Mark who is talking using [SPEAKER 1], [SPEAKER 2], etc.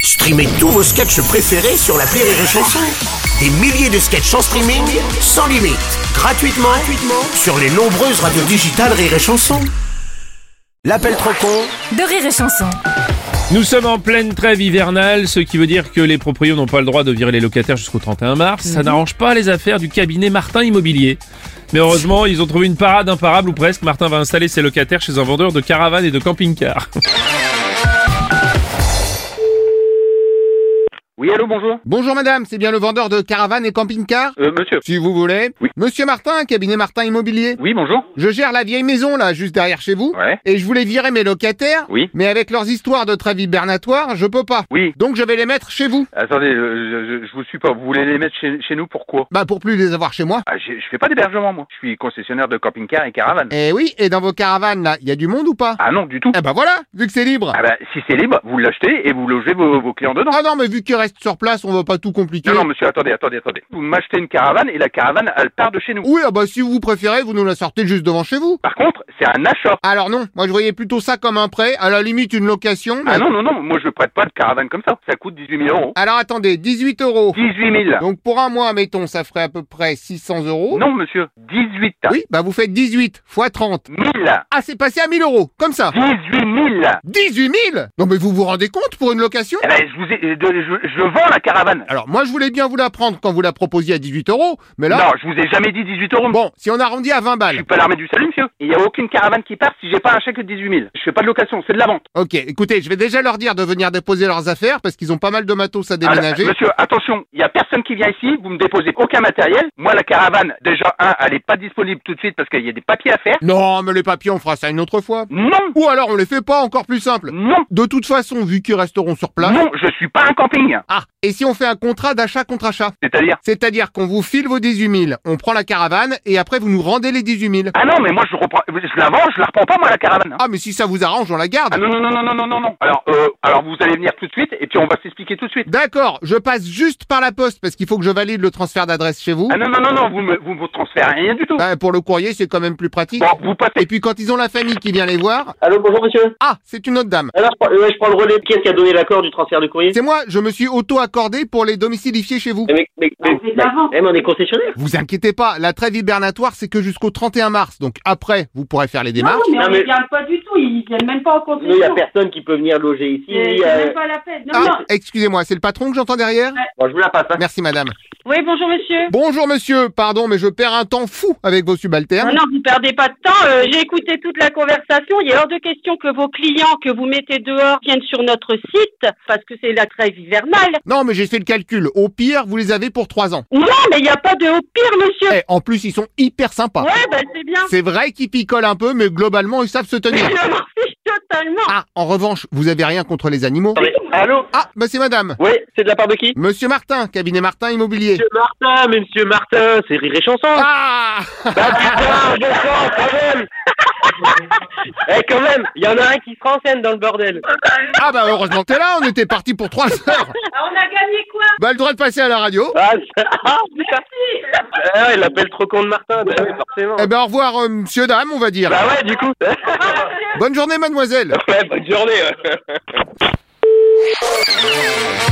[SPEAKER 1] Streamez tous vos sketchs préférés sur la Rire et Chanson. Des milliers de sketchs en streaming, sans limite, gratuitement, gratuitement sur les nombreuses radios digitales Rire et Chanson. L'appel trop con
[SPEAKER 2] de rire et chanson.
[SPEAKER 3] Nous sommes en pleine trêve hivernale, ce qui veut dire que les proprios n'ont pas le droit de virer les locataires jusqu'au 31 mars. Ça n'arrange pas les affaires du cabinet Martin Immobilier. Mais heureusement, ils ont trouvé une parade imparable ou presque. Martin va installer ses locataires chez un vendeur de caravanes et de camping-cars.
[SPEAKER 4] Oui, allô, bonjour.
[SPEAKER 5] Bonjour madame, c'est bien le vendeur de caravanes et camping-cars
[SPEAKER 4] Euh, monsieur.
[SPEAKER 5] Si vous voulez.
[SPEAKER 4] Oui.
[SPEAKER 5] Monsieur Martin, cabinet Martin Immobilier.
[SPEAKER 4] Oui, bonjour.
[SPEAKER 5] Je gère la vieille maison là, juste derrière chez vous.
[SPEAKER 4] Ouais.
[SPEAKER 5] Et je voulais virer mes locataires.
[SPEAKER 4] Oui.
[SPEAKER 5] Mais avec leurs histoires de trêve hibernatoire, je peux pas.
[SPEAKER 4] Oui.
[SPEAKER 5] Donc je vais les mettre chez vous.
[SPEAKER 4] Attendez, euh, je, je, je vous suis pas. Vous voulez les mettre chez, chez nous Pourquoi
[SPEAKER 5] Bah pour plus les avoir chez moi.
[SPEAKER 4] ah, j'ai- Je fais pas d'hébergement, moi. Je suis concessionnaire de camping-car et caravane.
[SPEAKER 5] Eh oui, et dans vos caravanes là, il y a du monde ou pas
[SPEAKER 4] Ah non, du tout.
[SPEAKER 5] Eh bah voilà, vu que c'est libre.
[SPEAKER 4] Ah bah, si c'est libre, vous l'achetez et vous logez vos, vos clients dedans.
[SPEAKER 5] Ah non, mais vu qu'ils restent sur place, on va pas tout compliquer.
[SPEAKER 4] Non, non, monsieur, attendez, attendez, attendez. Vous m'achetez une caravane et la caravane, elle part de chez nous.
[SPEAKER 5] Oui, ah bah si vous préférez, vous nous la sortez juste devant chez vous.
[SPEAKER 4] Par contre, c'est un achat.
[SPEAKER 5] Alors non, moi je voyais plutôt ça comme un prêt, à la limite une location. mais-
[SPEAKER 4] Ah non, non, non, moi je prête pas de caravane comme ça. Ça coûte 18 000 euros.
[SPEAKER 5] Alors attendez, 18 euros.
[SPEAKER 4] 18 000
[SPEAKER 5] Donc pour un mois, mettons, ça ferait à peu près 600 euros.
[SPEAKER 4] Non, monsieur, 18 000
[SPEAKER 5] Oui, bah vous faites 18 fois 30.
[SPEAKER 4] 1000
[SPEAKER 5] Ah, c'est passé à 1000 euros, comme ça.
[SPEAKER 4] 18 000
[SPEAKER 5] 18 000 Non mais vous vous rendez compte pour une location
[SPEAKER 4] Eh ben, je, vous ai- je, je vends la caravane.
[SPEAKER 5] Alors moi je voulais bien vous la prendre quand vous la proposiez à 18 euros, mais là...
[SPEAKER 4] Non, je vous ai jamais dit 18 euros.
[SPEAKER 5] Bon, si on arrondit à
[SPEAKER 4] Je
[SPEAKER 5] 20
[SPEAKER 4] suis
[SPEAKER 5] balles.
[SPEAKER 4] pas l'armée du salut, monsieur. Il n'y a aucune caravane qui part si j'ai pas un chèque de 18 000. Je fais pas de location, c'est de la vente.
[SPEAKER 5] Ok, écoutez, je vais déjà leur dire de venir déposer leurs affaires parce qu'ils ont pas mal de matos à déménager.
[SPEAKER 4] Alors, monsieur, attention, il y a personne qui vient ici, vous me déposez aucun matériel. Moi, la caravane, déjà, un, elle est pas disponible tout de suite parce qu'il y a des papiers à faire.
[SPEAKER 5] Non, mais les papiers, on fera ça une autre fois.
[SPEAKER 4] Non,
[SPEAKER 5] Ou alors on les fait pas, encore plus simple.
[SPEAKER 4] non,
[SPEAKER 5] De toute façon, vu qu'ils resteront sur place...
[SPEAKER 4] non, je suis pas un camping.
[SPEAKER 5] Ah, et si on fait un contrat d'achat contre achat
[SPEAKER 4] C'est-à-dire
[SPEAKER 5] C'est-à-dire qu'on vous file vos 18 000, on prend la caravane et après vous nous rendez les 18 000.
[SPEAKER 4] Ah non, mais moi, je reprends, je la vends, je la reprends pas, moi, la caravane. hein.
[SPEAKER 5] Ah mais si ça vous arrange, on la
[SPEAKER 4] Ah
[SPEAKER 5] garde.
[SPEAKER 4] non, non, non, non, non, non, non, non. Alors, euh, alors vous allez venir tout de suite et puis on va s'expliquer tout de suite.
[SPEAKER 5] D'accord, je passe juste par la poste parce qu'il faut que je valide le transfert d'adresse chez vous.
[SPEAKER 4] Ah non, non, non, non, vous me, vous me transférez rien du tout.
[SPEAKER 5] Bah, pour le courrier, c'est quand même plus pratique.
[SPEAKER 4] Bon, vous
[SPEAKER 5] Et
[SPEAKER 4] passez.
[SPEAKER 5] puis quand ils ont la famille qui vient les voir,
[SPEAKER 6] Allô, bonjour monsieur.
[SPEAKER 5] ah, c'est une autre dame.
[SPEAKER 6] Alors, je prends, ouais, je prends le relais. Qui est-ce qui a donné l'accord du transfert de courrier
[SPEAKER 5] C'est moi, je me suis auto-accordé pour les domicilifier chez vous.
[SPEAKER 6] Eh, mais, mais, mais, mais- eh, mais on est concessionnaire.
[SPEAKER 5] Vous inquiétez pas, la trêve hibernatoire, c'est que jusqu'au 31 mars. Donc après, vous pourrez faire les démarches.
[SPEAKER 7] Non, Ah mais
[SPEAKER 6] Non,
[SPEAKER 7] on
[SPEAKER 6] mais-
[SPEAKER 7] ne garde pas du tout, ils viennent même pas en
[SPEAKER 6] Nous, il n'y a
[SPEAKER 7] concession.
[SPEAKER 6] personne qui peut venir loger ici.
[SPEAKER 7] C'est
[SPEAKER 6] ni,
[SPEAKER 7] c'est
[SPEAKER 6] euh,
[SPEAKER 7] même pas la peine. Non,
[SPEAKER 5] Ah,
[SPEAKER 7] non.
[SPEAKER 5] excusez-moi, c'est le patron que j'entends derrière
[SPEAKER 6] Bon, je vous la passe. Hein.
[SPEAKER 5] Merci madame.
[SPEAKER 7] Oui, bonjour monsieur.
[SPEAKER 5] Bonjour monsieur, pardon, mais je perds un temps fou avec vos subalternes.
[SPEAKER 7] Non, non, vous perdez pas de temps. euh, J'ai écouté toute la conversation. Il est hors de question que vos clients que vous mettez dehors viennent sur notre site parce que c'est la trêve hivernale.
[SPEAKER 5] Non, mais j'ai fait le calcul. Au pire, vous les avez pour trois ans.
[SPEAKER 7] Non, mais il n'y a pas de au pire, monsieur.
[SPEAKER 5] Et en plus, ils sont hyper sympas.
[SPEAKER 7] Ouais, bah c'est bien.
[SPEAKER 5] Eh, C'est vrai qu'ils picolent un peu, mais globalement, ils savent se tenir.
[SPEAKER 7] Je m'en fiche totalement.
[SPEAKER 5] Ah, en revanche, vous avez rien contre les animaux
[SPEAKER 6] Attendez. Allô
[SPEAKER 5] Ah, bah c'est madame.
[SPEAKER 6] Oui, c'est de la part de qui
[SPEAKER 5] Monsieur Martin, cabinet Martin Immobilier.
[SPEAKER 6] Monsieur Martin, mais monsieur Martin, c'est rire et chanson.
[SPEAKER 5] Ah
[SPEAKER 6] Bah putain, je sens quand même Eh, quand même, il y en a un qui se renseigne dans le bordel.
[SPEAKER 5] Ah bah heureusement t'es là, on était parti pour trois heures.
[SPEAKER 7] Ah, on a gagné quoi
[SPEAKER 5] Bah le droit de passer à la radio.
[SPEAKER 6] Ah, ça- ah,
[SPEAKER 7] Merci.
[SPEAKER 6] ah, il l'appelle trop con de Martin, bah, oui, forcément.
[SPEAKER 5] Eh ben au revoir, euh, monsieur, dame, on va dire.
[SPEAKER 6] Bah ouais, du coup.
[SPEAKER 5] Bonne journée, mademoiselle.
[SPEAKER 6] ouais, bonne journée. ouais.